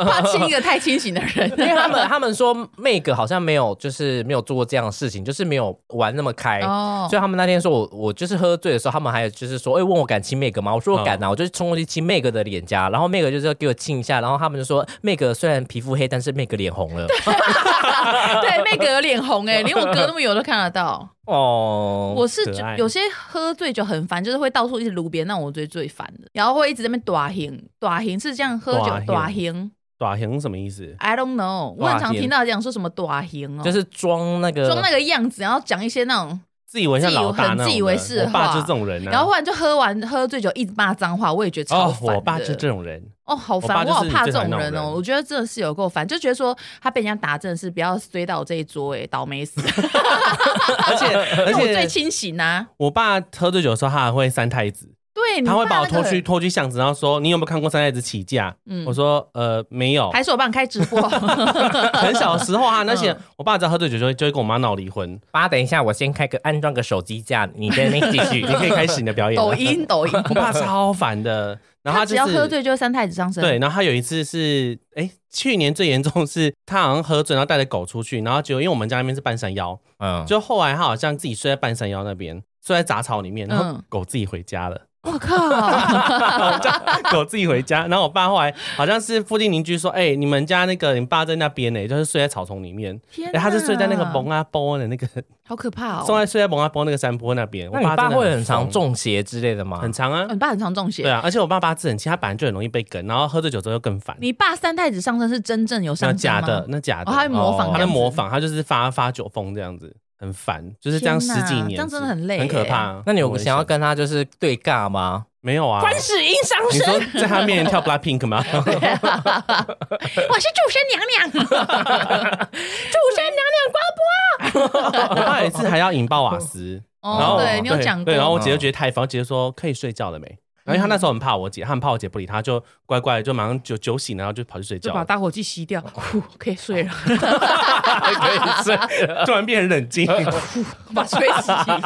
S2: 怕亲一个太清醒的人，
S3: 因为他们他们说 Meg 好像没有，就是没有做过这样的事情，就是没有玩那么开。
S2: 哦
S3: 所以他们那天说我我就是喝醉的时候，他们还有就是说，哎、问我敢亲 Meg 吗？我说我敢啊，我就冲过去亲 Meg 的脸颊，然后 Meg 就是要给我亲一下，然后他们就说 Meg 虽然皮肤黑，但是 Meg 脸红了。
S2: 对，妹哥有脸红哎，连我隔那么远都看得到。
S3: 哦，
S2: 我是
S1: 可
S2: 就
S1: 爱
S2: 有些喝醉酒很烦，就是会到处一直撸别人，那我最最烦的。然后会一直在那边短行，短行是这样喝酒
S1: 短
S2: 短行
S1: 短行啊什么意思？
S2: ，I don't know，我很常听到讲说什么短行哦，
S3: 就是装那个
S2: 装那个样子，然后讲一些那种，
S1: 自以为像老大那种的，
S2: 自以为是
S1: 我爸
S2: 话
S1: 就是这种人啊。
S2: 然后忽然就喝完喝醉酒一直骂脏话，我也觉得超
S1: 哦，
S2: 烦的。
S1: 我爸就这种人，
S2: 哦，好
S1: 我爸
S2: 烦，
S1: 就是
S2: 好怕这种
S1: 最
S2: 人
S1: 烦那种
S2: 哦。
S1: 人
S2: 我觉得真的是有够烦，就觉得说他被人家打，真的是不要追到我这一桌，哎，倒霉死。
S1: 而且而
S2: 因 为我最
S1: 且
S2: 清醒啊，
S1: 我爸喝醉酒的时候，他还会三太子，
S2: 对，你
S1: 他会把
S2: 骂
S1: 我
S2: 那个
S1: 拖去
S2: 人，
S1: 拖去巷子，然后说：“你有没有看过三太子起价？”
S2: 嗯
S1: 我说：“呃，没有。
S2: 还是我帮你开直 播。
S1: 啊很小的时候啊，那 些
S2: 嗯
S1: 我爸只要喝醉酒就会就会跟我妈闹离婚。
S3: 爸，等一下，我先开个安装个手机架，你在那边继续。
S1: 你可以开始你的表演了。
S2: 抖音，抖音，
S1: 我爸超 烦的，然
S2: 他
S1: 后他
S2: 只
S1: 就
S2: 要
S1: 是
S2: 喝醉就会三太子上身。
S1: 对，然后他有一次是，哎、去年最严重是他好像喝醉，然后带着狗出去，然后结果因为我们家那边是半山腰，
S3: 嗯，
S1: 就后来他好像自己睡在半山腰那边，睡在杂草里面，然后
S2: 嗯
S1: 狗自己回家了，
S2: 我靠，
S1: 狗自己回 家，然后我爸后来好像是附近邻居说，哎、你们家那个你爸在那边呢、就是睡在草丛里面，
S2: 天
S1: 哎、
S2: 哪！
S1: 他是睡在那个蒙阿波啊的那个，
S2: 好可怕哦。
S1: 送在睡在蒙阿波那个山坡那边，
S3: 那
S1: 我
S3: 你爸
S1: 真的
S3: 会很常
S1: 疯，
S3: 中邪之类的吗？
S1: 很长啊
S2: 哦。你爸很常中邪。
S1: 对啊，而且我爸八字很轻，他本来就很容易被梗，然后喝醉酒之后又更烦。
S2: 你爸三太子上身是真正有上
S1: 那
S2: 身
S1: 假
S2: 吗
S1: 的，，那假的，
S2: 哦，他会模
S3: 哦
S2: 仿，
S1: 他在模，仿，他就是发发酒疯这样子，很烦，就是这样
S2: 天
S1: 十
S2: 哪
S1: 几年，
S2: 这样真的很累
S1: 很可怕。
S3: 那你有
S1: 很危险
S3: 想要跟他就是对尬吗？
S1: 没有啊？
S2: 世音上
S1: 你说在他面前跳 Blackpink 吗？
S2: 我是祝生娘娘，祝生娘娘光
S1: 我爸有一次还要引爆瓦斯，
S2: 哦
S1: 然后
S2: 对你有讲过
S1: 对，然后我姐就觉得太烦，我姐就说可以睡觉了没？然后因为她那时候很怕我姐，她很怕我姐不理她，就乖乖地就马上酒酒醒了，然后就跑去睡
S2: 就
S1: 觉
S2: 把
S1: 了，
S2: 打火机熄
S1: 哦
S2: 掉，呼，可以睡了，
S3: 可以睡了。
S1: 突然变很冷静，
S2: 把吹 熄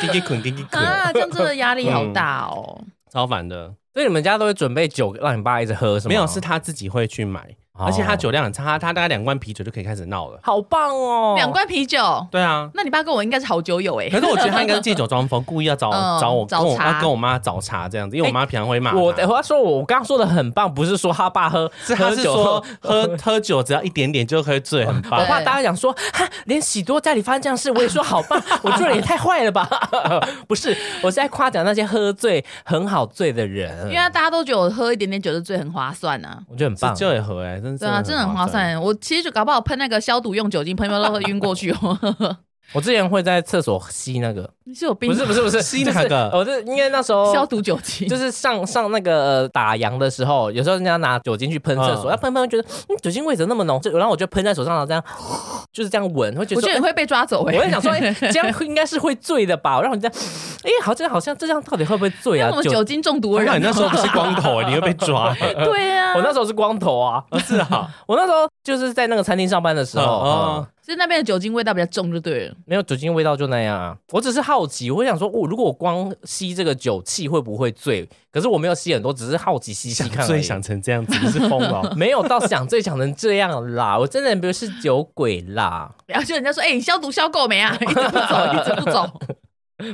S1: 滴滴捆滴滴捆，
S2: 啊，这样真的压力好大哦。
S1: 超烦的。
S3: 所以你们家都会准备酒让你爸一直喝，是吗？
S1: 没有，是她自己会去买，而且她酒量很差，她她大概两罐啤酒就可以开始闹了。
S3: 好棒哦，
S2: 两罐啤酒，
S1: 对啊，
S2: 那你爸跟我应该是好酒友哎
S1: 可。是我觉得他应该是借酒装疯，故意要找
S2: 嗯
S1: 找我，跟
S2: 找
S1: 我
S2: 茬
S1: 要跟我妈找茬这样 子，因为我妈平常会骂他
S3: 我我要说，我刚刚说的很棒，不是说他爸喝，
S1: 是他
S3: 喝
S1: 是
S3: 酒
S1: 说喝喝酒只要一点点就可以醉，很
S3: 我
S1: 棒。
S3: 怕大家讲说，哈，连喜多家里发生这样的事，我也说好棒，我做人也太坏了吧？ 不是，我是在夸奖那些喝醉很好醉的人，
S2: 因为大家都觉得我喝一点点酒就醉很划算啊，
S3: 我觉得很
S1: 是
S3: 棒。
S1: 就也喝哎，真的
S2: 对啊，真的很划。算。我其实就搞不好喷那个消毒用酒精，朋友都会晕过去哦。
S3: 我之前会在厕所吸那个，
S2: 你是有病
S3: 不
S2: 吗？
S3: 是不是不是，
S1: 啊吸
S3: 就是
S1: 哪个
S3: 我是因为那时候
S2: 消毒酒精，
S3: 就是是上上那个、呃打烊的时候，有时候人家拿酒精去喷厕所，
S1: 嗯
S3: 要喷喷觉得、嗯、酒精味怎么那么浓，就然后我就喷在手上，然后这样就是这样闻，会觉
S2: 我
S3: 得
S2: 觉
S3: 说。
S2: 得你会被抓走哎。
S3: 我在想说，哎、这样应该是会醉的吧？然后你这样，哎、好像好像这样到底会不会醉
S2: 因为
S3: 啊
S2: 我？们
S3: 酒
S2: 酒精中毒的
S1: 我
S2: 人啊
S1: 你，那时候不是光头哎，你会被抓欸。
S2: 对啊，
S3: 我那时候是光头啊，
S1: 是啊，
S3: 我那时候就是在那个餐厅上班的时候，
S1: 哦
S3: 嗯
S2: 所以那边的酒精味道比较重，就对了。
S3: 没有酒精味道就那样啊。我只是好奇，我想说，哦，如果我光吸这个酒气会不会醉？可是我没有吸很多，只是好奇吸吸
S1: 想
S3: 看而
S1: 醉
S3: 已。？
S1: 想成这样子，你是疯了哦
S3: 没有到想醉想成这样啦，我真的不是酒鬼啦，
S2: 然后就人家说：“哎、你消毒消够没啊？”一直不走，一直不走。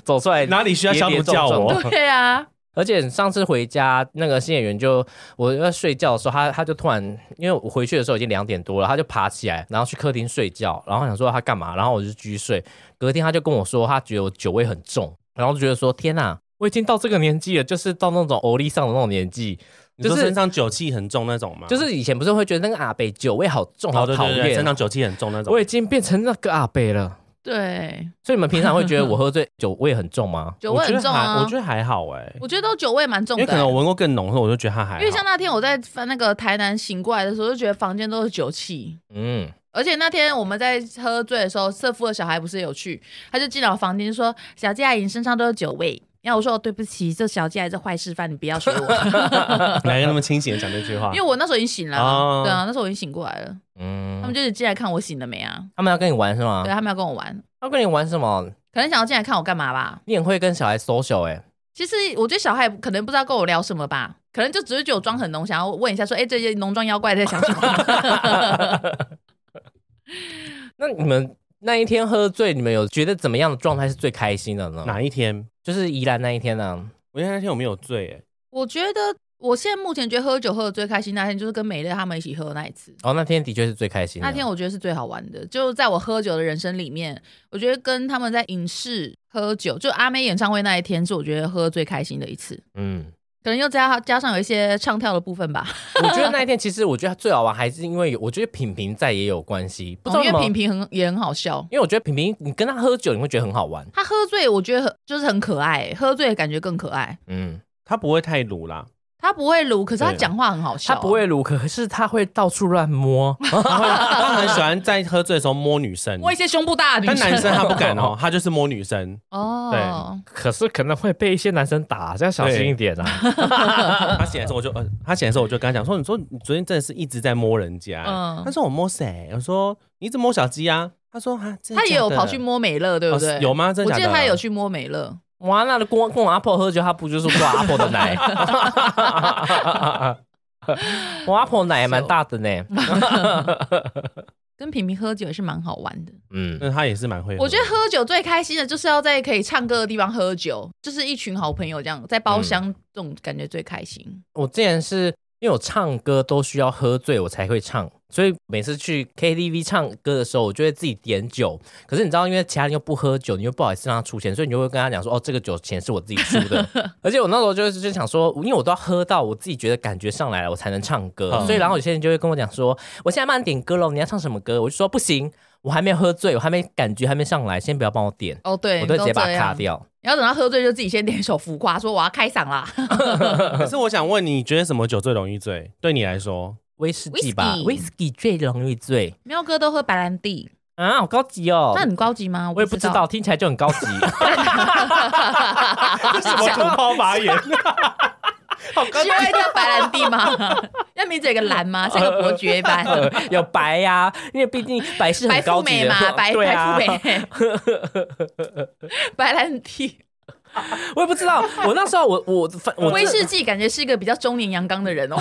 S3: 走出来
S1: 哪里需要消毒叫 我？
S2: 对啊，
S3: 而且上次回家，那个新演员就我要睡觉的时候，他他就突然，因为我回去的时候已经两点多了，他就爬起来，然后去客厅睡觉，然后想说他干嘛，然后我就继续睡。隔天他就跟我说，他觉得我酒味很重，然后就觉得说天呐，我已经到这个年纪了，就是到那种欧力上的那种年纪，
S1: 你说
S3: 就是
S1: 身上酒气很重那种吗？
S3: 就是以前不是会觉得那个阿北酒味好重，
S1: 哦，
S3: 好
S1: 对
S3: 讨
S1: 对对，
S3: 厌
S1: 身，上酒气很重那种
S3: 我。已经变成那个阿北了。
S2: 对，
S3: 所以你们平常会觉得我喝醉酒味很重吗？
S2: 酒味很重啊。
S1: 我觉得还我觉得还好哎、
S2: 我觉得都酒味蛮重
S1: 因
S2: 的、欸
S1: 为可能我闻过更浓的，我就觉得它还好。
S2: 因为像那天我在翻那个台南醒过来的时候，就觉得房间都是酒气。
S3: 嗯，
S2: 而且那天我们在喝醉的时候，社夫的小孩不是也有去，他就进了我房间说：“小鸡阿姨身上都有酒味。”然后我说：“哦对不起，这小鸡阿姨是坏示范，你不要学我。
S1: 哪个那么清醒的讲这句话”
S2: 因为？我那时候已经醒了啊，
S1: 哦
S2: 对啊，那时候我已经醒过来了。他们
S3: 嗯，
S2: 就是进来看我醒了没啊？
S3: 他们要跟你玩是吗
S2: 对，？啊他们要跟我玩，
S3: 要跟你玩什么？
S2: 可能想要进来看我干嘛吧？
S3: 你很会跟小孩 social 哎、
S2: 其实我觉得小孩可能不知道跟我聊什么吧，可能就只是觉得我装很浓，想要问一下说：“哎，这些浓妆妖怪在想什么
S3: 那你们那一天喝醉，你们有觉得怎么样的状态是最开心的呢？
S1: 哪一天？
S3: 就是宜兰那一天啊呢、
S1: 我因为那天我没有醉哎、？”
S2: 我觉得我现在目前觉得喝酒喝的最开心那天，就是跟美乐他们一起喝的那一次。
S3: 哦，那天的确是最开心
S1: 啊
S3: 的。
S2: 那天我觉得是最好玩的，就在我喝酒的人生里面，我觉得跟他们在影视喝酒，就阿妹演唱会那一天是我觉得喝最开心的一次，
S3: 嗯，
S2: 可能又加加上有一些唱跳的部分 吧，
S3: 我觉得那一天其实我觉得最好玩还是因为有我觉得品评在也有关系，不知道
S2: 哦因
S3: 为
S2: 为平平很也很好笑。
S3: 因为我觉得品评你跟他喝酒你会觉得很好玩。
S2: 他喝醉，我觉得很就是很可爱，喝醉感觉更可爱。
S3: 嗯，
S1: 它不会太鲁啦，
S2: 他不会撸，可是他
S1: 对啊
S2: 讲话很好笑、
S3: 他不，会撸，可是他会到处乱摸。
S1: 他会他很喜欢在喝醉的时候摸女生，
S2: 摸一些胸部大的女
S1: 但
S2: 生。
S1: 男生他不敢哦，他就是摸女生，
S2: 哦，
S3: 可是可能会被一些男生打，这样小
S1: 心一
S3: 点啊！
S1: 他醒来的时候我就呃，他醒来的时候我就跟他讲说，你说你昨天真的是一直在摸人家，
S2: 嗯
S1: 他说我摸谁？我说你一直摸小鸡啊，他说哈，真的
S2: 他也有
S1: 假的
S2: 跑去摸美乐，对不对？
S1: 哦有吗？真
S2: 我
S1: 的假
S2: 记
S1: 的？
S2: 得他有去摸美乐。
S3: 哇，那跟我跟我阿婆喝酒，他不就是喝阿婆的奶？ 我阿婆奶也蛮大的呢。
S2: 跟平平喝酒也是蛮好玩的。
S3: 嗯，
S1: 那他也是蛮会喝的，
S2: 我觉得喝酒最开心的就是要在可以唱歌的地方喝酒，就是一群好朋友这样，在
S3: 嗯
S2: 包厢、这种感觉最开心。
S3: 我之前是因为我唱歌都需要喝醉我才会唱，所以每次去 KTV 唱歌的时候，我就会自己点酒。可是你知道，因为其他人又不喝酒，你又不好意思让他出钱，所以你就会跟他讲说：“哦，这个酒钱是我自己出 的。”而且我那时候就是就想说，因为我都要喝到我自己觉得感觉上来了，我才能唱歌。
S1: 嗯
S3: 所以然后有些人就会跟我讲说：“我现在帮你点歌喽，你要唱什么歌？”我就说：“不行，我还没有喝醉，我还没感觉还没上来，先不要帮我点。”
S2: 哦，对，
S3: 我都直接
S2: 这
S3: 把它卡
S2: 样。
S3: 掉。
S2: 然后等到喝醉就自己先点一首浮夸，说我要开嗓啦。
S1: 可是我想问你，你觉得什么酒最容易醉？对你来 说，
S3: 威士忌吧
S2: Whisky
S3: ，whisky 最容易醉
S2: 喵哥都喝白兰地，
S3: 啊，好高级哦。
S2: 那很高级吗？
S3: 我也不知道，。听起来就很高 级，
S1: 什么土包法眼？
S2: 是 因为叫白兰地吗？那名字有个蓝吗？像个伯爵 般，
S3: 有白呀、因为毕竟白呃是
S2: 白
S3: 很
S2: 富
S3: 高
S2: 美
S3: 级的
S2: 嘛，白
S3: 对啊。
S2: 白富美， 白兰地，
S3: 我也不知道，我那时候我我反我
S2: 威士忌感觉是一个比较中年阳刚的 人哦。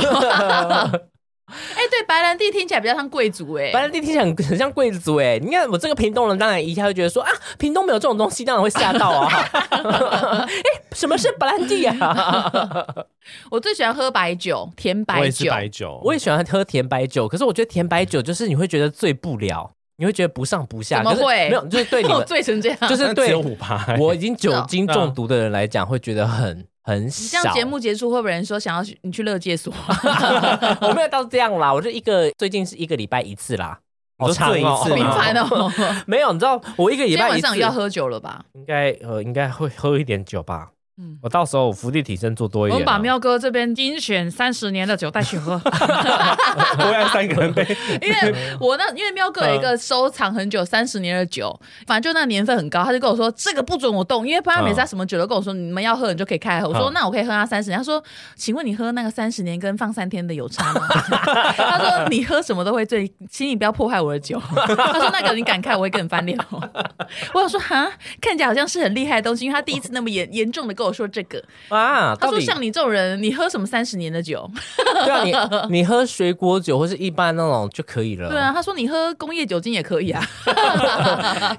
S2: 哎，对，白兰地听起来比较像贵族哎，
S3: 白兰地听起来很很像贵族哎、你看我这个屏东人，当然一下就觉得说啊，屏东没有这种东西，当然会吓到 啊。 哎、什么是白兰地啊？
S2: 我最喜欢喝白酒，甜
S1: 我
S2: 白
S1: 也是
S2: 酒。
S1: 白酒，
S3: 我也喜欢喝甜白酒，可是我觉得甜白酒就是你会觉得醉不了，你会觉得不上不下，
S2: 怎么
S3: 可是
S2: 会
S3: 没有，就是对你
S2: 哎 我
S3: 们，
S2: 醉成这样，
S3: 就
S2: 你
S3: 是
S1: 但 只
S3: 对
S1: 有五趴、欸
S3: 我已经酒
S2: 是哦
S3: 精中毒的人来讲，会觉得很很
S2: 这
S3: 少。
S2: 样节目结束，会不会有人说想要去你去乐界 所？
S3: 我没有到这样啦，我就一个最近是一个礼拜一次啦，
S2: 哦
S1: 你说醉一次
S2: 频
S1: 吗
S2: 繁哦。
S3: 没有，你知道我一个
S2: 今
S3: 礼
S2: 天
S3: 拜
S2: 晚
S3: 一次
S2: 上有要喝酒了吧？
S3: 应该呃应该会喝一点酒吧。
S2: 嗯
S3: 我到时候伏地挺身做多一
S2: 我
S3: 点
S2: 们
S3: 啊、
S2: 把喵哥这边精选三十年的酒带去喝，
S1: 我要三个人杯，
S2: 因 为我那因为喵
S3: 嗯
S2: 哥有一个收藏很久三十年的酒，反正就那年份很高，他就跟我说这个不准我动，因为不然每次他什么酒都跟我说你们要喝你就可以开喝，我说
S3: 嗯
S2: 那我可以喝他三十年，他说请问你喝那个三十年跟放三天的有差 吗？他说你喝什么都会醉，请你不要破坏我的酒。他说那个你敢开我会跟你翻脸哦。我想说哈，看起来好像是很厉害的东西，因为他第一次那么严严重的跟我说这个，
S3: 啊，
S2: 他
S3: 到
S2: 说
S3: 底
S2: 像你这种人，你喝什么三十年的酒？
S3: 对啊， 你你喝水果酒或是一般那种就可以了。
S2: 对啊，他说你喝工业酒精也可以啊。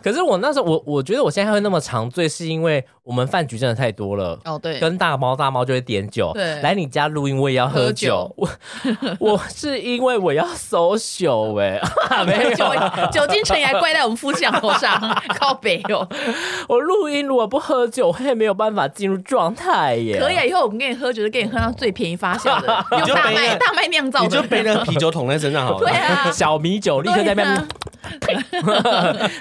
S3: 可是我那时候，我我觉得我现在会那么长醉，是因为我们饭局真的太多了。
S2: 哦，对，
S3: 跟大猫大猫就会点酒，
S2: 对
S3: 来你家录音我也要喝
S2: 喝
S3: 酒
S2: 酒。
S3: 我我 是因为我要 social 哎、没 有
S2: 酒
S3: 啊，
S2: 酒精成瘾还怪在我们夫妻俩头 上，靠北哦。
S3: 我录音如果不喝酒，我也没有办法进入状态耶。
S2: 可以啊，以后我们给你喝酒，就给你喝到最便宜发酵 的，用
S1: 就
S2: 大
S1: 背那
S2: 麦大麦酿造
S1: 你就
S2: 的。
S1: 背那个啤酒桶在身上好
S2: 对
S1: 了。
S2: 啊，
S3: 小米酒立刻
S2: 对
S3: 在那边
S2: 啊，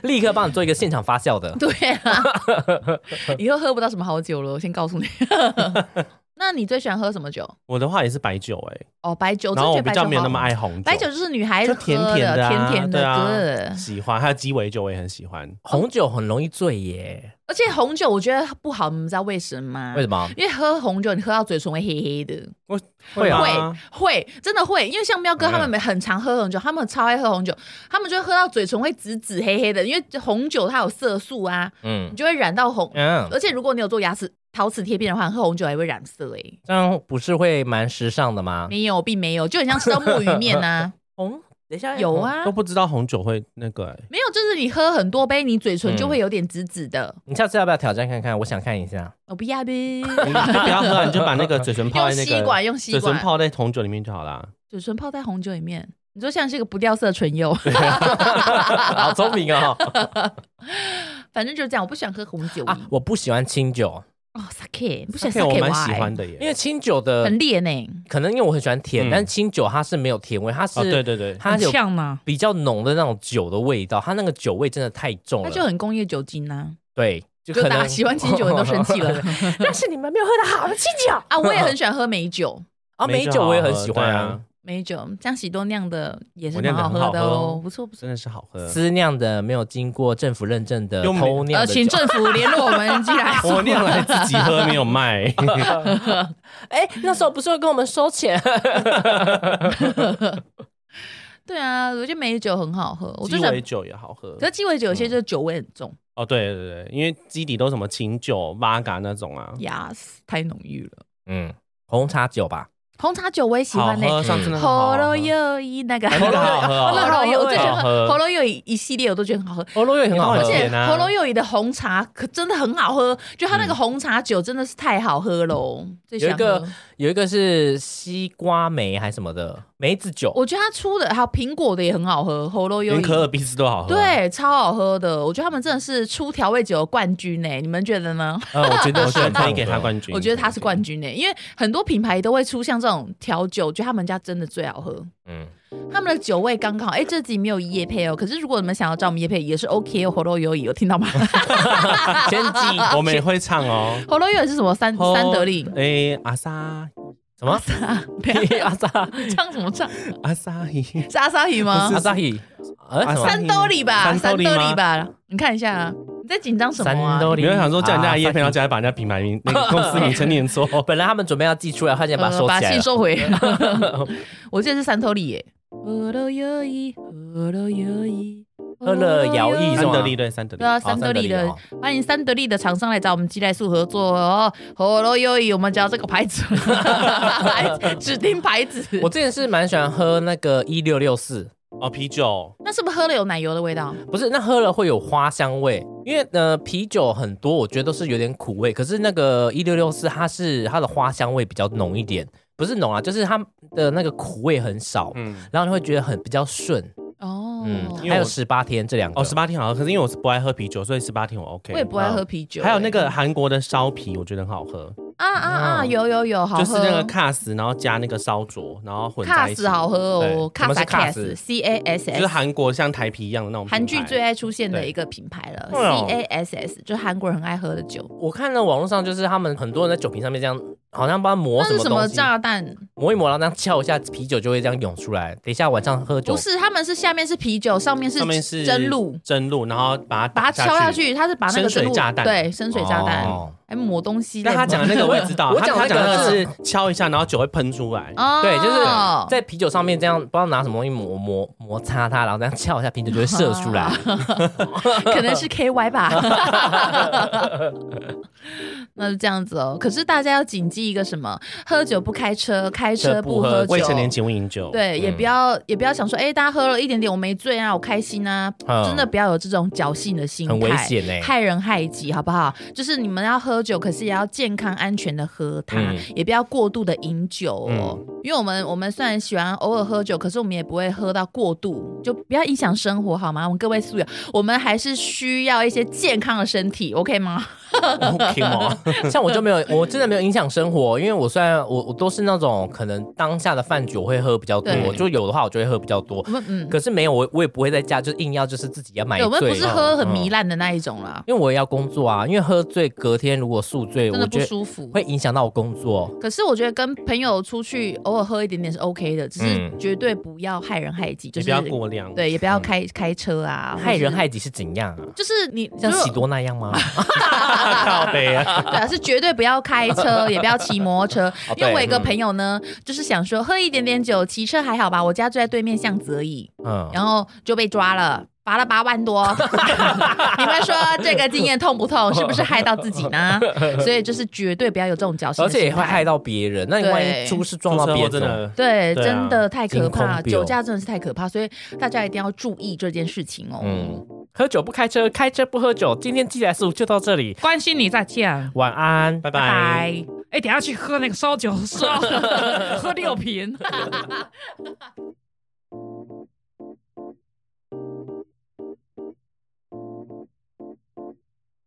S3: 立刻帮你做一个现场发酵的。
S2: 对啊， 以后喝不到什么好酒了，我先告诉你。那你最喜欢喝什么酒？
S1: 我的话也是白酒哎，
S2: 哦，白酒，
S1: 然后
S2: 真
S1: 我
S2: 的觉得
S1: 比较
S2: 白
S1: 没有
S2: 好
S1: 那么
S2: 喝
S1: 爱红酒，
S2: 白酒，就是女孩子
S1: 就
S2: 喝
S1: 甜甜的啊，
S2: 甜甜
S1: 对
S2: 的，
S1: 啊，
S2: 对
S1: 喜欢。还有鸡尾酒我也很喜欢，
S3: 红酒很容易醉耶，
S2: 而且红酒我觉得不好，你们知道为什么吗？
S3: 为什么？
S2: 因为喝红酒，你喝到嘴唇会黑黑的。
S3: 会啊
S1: 吗？
S2: 会，真的会，因为像喵哥他
S1: 嗯
S2: 们很常喝红酒，他们超爱喝红酒，他们就会喝到嘴唇会紫紫黑黑的，因为红酒它有色素啊，
S3: 嗯
S2: 你就会染到红。
S3: 嗯，
S2: 而且如果你有做牙齿陶瓷贴片的话，喝红酒还会染色哎、欸。
S3: 这样不是会蛮时尚的
S1: 嗯
S3: 吗？
S2: 没有，并没有，就很像吃到墨鱼面 呐、
S3: 红，等一下
S2: 有，啊
S1: 都，不知道红酒会那 个哎，
S2: 没有，就是你喝很多杯，你嘴唇就会有点紫紫的。
S1: 嗯
S3: 你下次要不要挑战看看？我想看一下。
S2: 我不要呗，
S1: 你就不要喝啊，你就把那个嘴唇泡
S2: 用
S1: 在那
S2: 吸
S1: 个
S2: 管，用吸
S1: 嘴唇
S2: 管，
S1: 泡在红酒里面就好啦。
S2: 嘴唇泡在红酒里面，你就像是一个不掉色的唇釉，
S3: 好聪明哦！
S2: 反正就是这样。我不喜欢喝红酒
S3: 啊，我不喜欢清酒，
S2: 哦，sake，不喜欢
S1: Sake 我
S2: sake
S1: 蛮
S2: 哇
S1: 喜
S2: 欸
S1: 欢的耶，
S3: 因为清酒
S1: 呃
S3: 的
S2: 很烈呢、
S3: 可能因为我很喜欢甜，
S1: 嗯
S3: 但清酒它是没有甜味，它是、
S1: 哦对对对，
S3: 它有
S2: 呛呢，
S3: 比较浓的那种酒的味道，它那个酒味真的太重
S2: 它
S3: 了。
S2: 就很工业酒精呐、
S3: 对，就
S2: 啊，
S3: 可
S2: 就大
S3: 能
S2: 家喜欢清酒人都生气了
S3: 但是你们没有喝到好的清 酒
S2: 啊！我也很喜欢喝美酒，
S3: 啊，美酒我也很喜欢
S1: 对
S3: 啊
S1: 啊，，
S2: 美酒像喜多酿的也是
S1: 我
S2: 蛮
S1: 酿得
S2: 好
S1: 很
S2: 喝
S1: 好
S2: 的
S1: 喝
S2: 哦
S1: 哦，
S2: 不错不错。
S1: 真的是好喝。
S3: 私酿的没有经过政府认证的
S1: 啊用美。
S3: 偷酿
S2: 呃，
S3: 的
S2: 请
S3: 酒。
S2: 政府联络我们寄来
S1: 我酿来自己喝，没有卖。
S3: 哎、那时候不是会跟我们收钱？
S2: 对啊，我觉得美酒很好喝，我
S1: 鸡
S2: 就
S1: 尾
S2: 想。
S1: 酒嗯也好喝
S2: 可。是鸡尾酒有些就是酒味很重
S1: 哦，对对对，因为基底都什么清酒、v 嘎那种啊，
S2: ，yes，太浓郁了。
S3: 嗯，红茶酒吧。
S2: 红茶酒我也喜
S1: 好
S2: 欢呢、
S1: 喝，上次那个
S2: 喉
S1: 好喝
S2: 咙又一那个，
S1: 哎那个好喝哦
S2: 喉咙又一我最喜欢
S1: 好喝
S2: 喝喉咙又一一系列我都觉得很好喝，
S3: 欧罗也很好喝，
S1: 而
S2: 而
S1: 且
S2: 且
S1: 甜啊
S2: 喉咙有里的红茶可真的很好喝，就它那个红茶酒真的是太好喝喽，最
S3: 有一
S2: 想
S3: 个
S2: 喝。
S3: 有一个是西瓜梅还是什么的梅子酒，
S2: 我觉得它出的还有苹果的也很好喝，喉咙有里
S1: 连可尔必斯都好喝。，
S2: 对超好喝的，我觉得他们真的是出调味酒的冠军呢、你们觉得呢？
S3: 呃，我觉得
S1: 我
S3: 是
S1: 觉得可以
S3: 很
S1: 给他 冠军。
S2: 我觉得他是冠军呢、因为很多品牌都会出像这种调酒，我觉得他们家真的最好喝，
S3: 嗯，
S2: 他们的酒味刚刚好。哎、这集没有夜配哦，可是如果你们想要找我们夜配也是 OK 哦，喉咙有里有听到吗？
S3: 先记
S1: 我们也会唱哦。
S2: 喉咙有里是什么？三三得利。
S1: 哎，阿萨
S3: 什 么阿扎
S2: 唱什么唱？
S1: 阿萨伊，
S2: 是阿萨鱼吗？
S3: 阿扎伊，呃
S1: 阿
S3: 什么
S1: 萨
S2: 三兜里吧，
S1: 三
S2: 三
S1: 兜里
S2: 兜
S1: 吗
S2: 里吧，你看一下啊，你在紧张什么啊？
S3: 兜里
S1: 没有想说叫人家
S3: 啊
S1: 夜配，
S3: 三
S1: 然后叫他把人家品牌名、那个公司名称念错。
S3: 哦本来他们准备要寄出来，他现呃在把它收
S2: 把
S3: 起来
S2: 信
S3: 了。
S2: 收回。我记得是三兜里耶。喝了摇一，喝了摇一，
S3: 喝了摇一是
S1: 三
S3: 吗
S1: 得利对，三得利
S2: 对。啊，
S3: 好
S2: 三得利
S3: 三得利
S2: 的
S3: 哦，
S2: 欢迎三得利的厂商来找我们基代素合作哦。喝了摇一，我们只要这个牌子，指定牌子。
S3: 我之前是蛮喜欢喝那个一六六四，
S1: 哦，啤酒，
S2: 那是不是喝了有奶油的味道？
S3: 不是那喝了会有花香味，因为呃啤酒很多，我觉得都是有点苦味，可是那个一六六四它是它的花香味比较浓一点，不是浓啊，就是它的那个苦味很少，
S1: 嗯，
S3: 然后你会觉得很比较顺，
S2: 哦，
S3: 嗯，
S1: 因为
S3: 还有
S1: 我
S3: 十八天这两个，
S1: 哦，十八天好喝，可是因为我是不爱喝啤酒，所以十八天我 OK。啊
S2: 我也不爱喝啤酒。
S1: 还有那个韩国的烧啤，我觉得很好喝。
S2: 啊啊啊！有有有，好喝。
S1: 就是那个 cas，然后加那个烧灼，然后混在一起。
S2: cas 好喝哦
S3: 对
S2: ，cas
S3: 什么是
S2: cas c a s
S1: 就是
S2: s，
S1: 韩国像台啤一样的那种品牌。
S2: 韩剧最爱出现的一个品牌了
S3: 对哦
S2: ，c a s s 就是韩国人很爱喝的酒。
S3: 我看了网络上，就是他们很多人在酒瓶上面这样，好像帮它磨
S2: 那
S3: 什
S2: 是
S3: 么
S2: 什
S3: 东
S2: 么
S3: 西，
S2: 炸弹？
S3: 磨一磨，然后这样敲一下，啤酒就会这样涌出来。等一下晚上喝酒
S2: 不，是，他们是下面是啤酒，上面
S1: 上面是
S2: 蒸露，嗯
S1: 蒸露，然后把它
S2: 把它
S1: 打
S2: 敲下。去，他是把那个
S1: 深水
S2: 蒸露
S1: 炸弹
S2: 对深水炸弹
S3: 哦，
S2: 还抹东西的。
S1: 但他讲的那个我也知道，
S3: 我
S1: 他
S3: 讲
S1: 他
S3: 的
S1: 讲
S3: 那
S1: 的
S3: 个
S1: 是敲一下，然后酒会喷出来。
S2: 哦，
S3: 对，就是在啤酒上面这样，不知道拿什么东西磨磨摩擦它，然后这样敲一下，啤酒就会射 出来。
S2: 可能是 KY 吧。那就这样子哦。可是大家要谨记一个什么：喝酒不开车，开车不喝酒。
S1: 未成年请勿饮酒。，
S3: 哦
S2: 对，
S3: 嗯
S2: 也不要、也不要想说，哎、大家喝了一点点，我没醉啊，我开心啊，
S3: 嗯
S2: 真的不要有这种侥幸的心态，
S3: 很危险欸
S2: 害人害己，好不好？就是你们要喝酒，可是也要健康安全的喝它，
S3: 嗯
S2: 也不要过度的饮酒哦。因为我们我们虽然喜欢偶尔喝酒，可是我们也不会喝到过度，就不要影响生活好吗？我们各位素友，我们还是需要一些健康的身体，OK 吗？
S1: 听 哦，
S3: 像我就没有，我真的没有影响生活，因为我虽然我我都是那种可能当下的饭局我会喝比较多
S2: 对，
S3: 就有的话我就会喝比较多
S2: 我，们嗯，
S3: 可是没有我我也不会在家就硬要就是自己要买
S2: 对，我们不
S3: 醉
S2: 是，喝很
S3: 嗯
S2: 糜烂的那一种啦，
S3: 因为我也要工作啊，因为喝醉隔天如果宿醉，
S2: 真
S3: 我
S2: 的不
S3: 觉得
S2: 舒服。
S3: 会影响到我工作。
S2: 可是我觉得跟朋友出去偶尔喝一点点是 OK 的，只是
S3: 嗯
S2: 绝对不要害人害己，就
S1: 也
S2: 是
S1: 不要过量。
S2: 对，也不要开、开车啊，
S3: 嗯害人
S2: 或
S3: 害己是怎样啊？
S2: 者是就是你
S3: 像
S2: 如果
S3: 喜多那样 吗？
S1: 靠背啊。
S2: 对啊，是绝对不要开 车，也不要骑摩托车。因为我有一个
S3: 对嗯
S2: 朋友呢，就是想说喝一点点酒，骑车还好吧，我家就在对面巷子而已，
S3: 嗯，
S2: 然后就被抓了。罚了八万 多，你们说这个经验痛不痛？是不是害到自己 呢？所以就是绝对不要有这种侥幸，
S3: 而且也会害。到别人。那你万一出事撞到别
S1: 别
S3: 人，
S1: 真的
S2: 对，
S1: 对啊
S2: 真的太可
S3: 惊恐
S2: 怕，
S3: bill
S2: 酒驾真的是太可怕，所以大家一定要注意这件事情哦。
S3: 嗯，喝酒不开车，开车不喝酒。今天寄来素就到这里，
S4: 关心你再见，
S3: 晚安，
S1: 拜
S4: 拜
S1: 拜。。
S4: 哎、等一下去喝那个烧酒烧， 喝六瓶。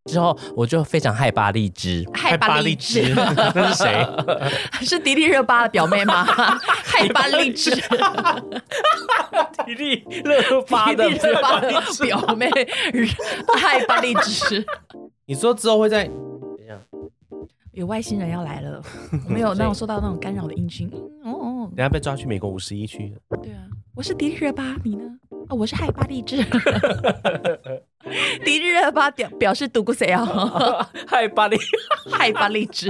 S3: 之后我就非常害怕荔枝。
S2: 害巴荔 枝
S1: 那是谁？
S2: 是迪丽热巴的表妹吗？害巴荔枝，
S3: 体力热巴
S2: 迪丽热巴的表 妹，害巴荔枝。
S1: 你说之后会在
S2: 有外星人要来了，我们有那种受到那种干扰的音讯。嗯哦
S1: 等下被抓去美国五十一区？
S2: 哦，对啊，我是迪丽热巴，你呢？啊、我是害巴荔 枝。迪丽热巴表表示独孤谁啊？
S3: 害巴荔。
S2: 害巴荔枝。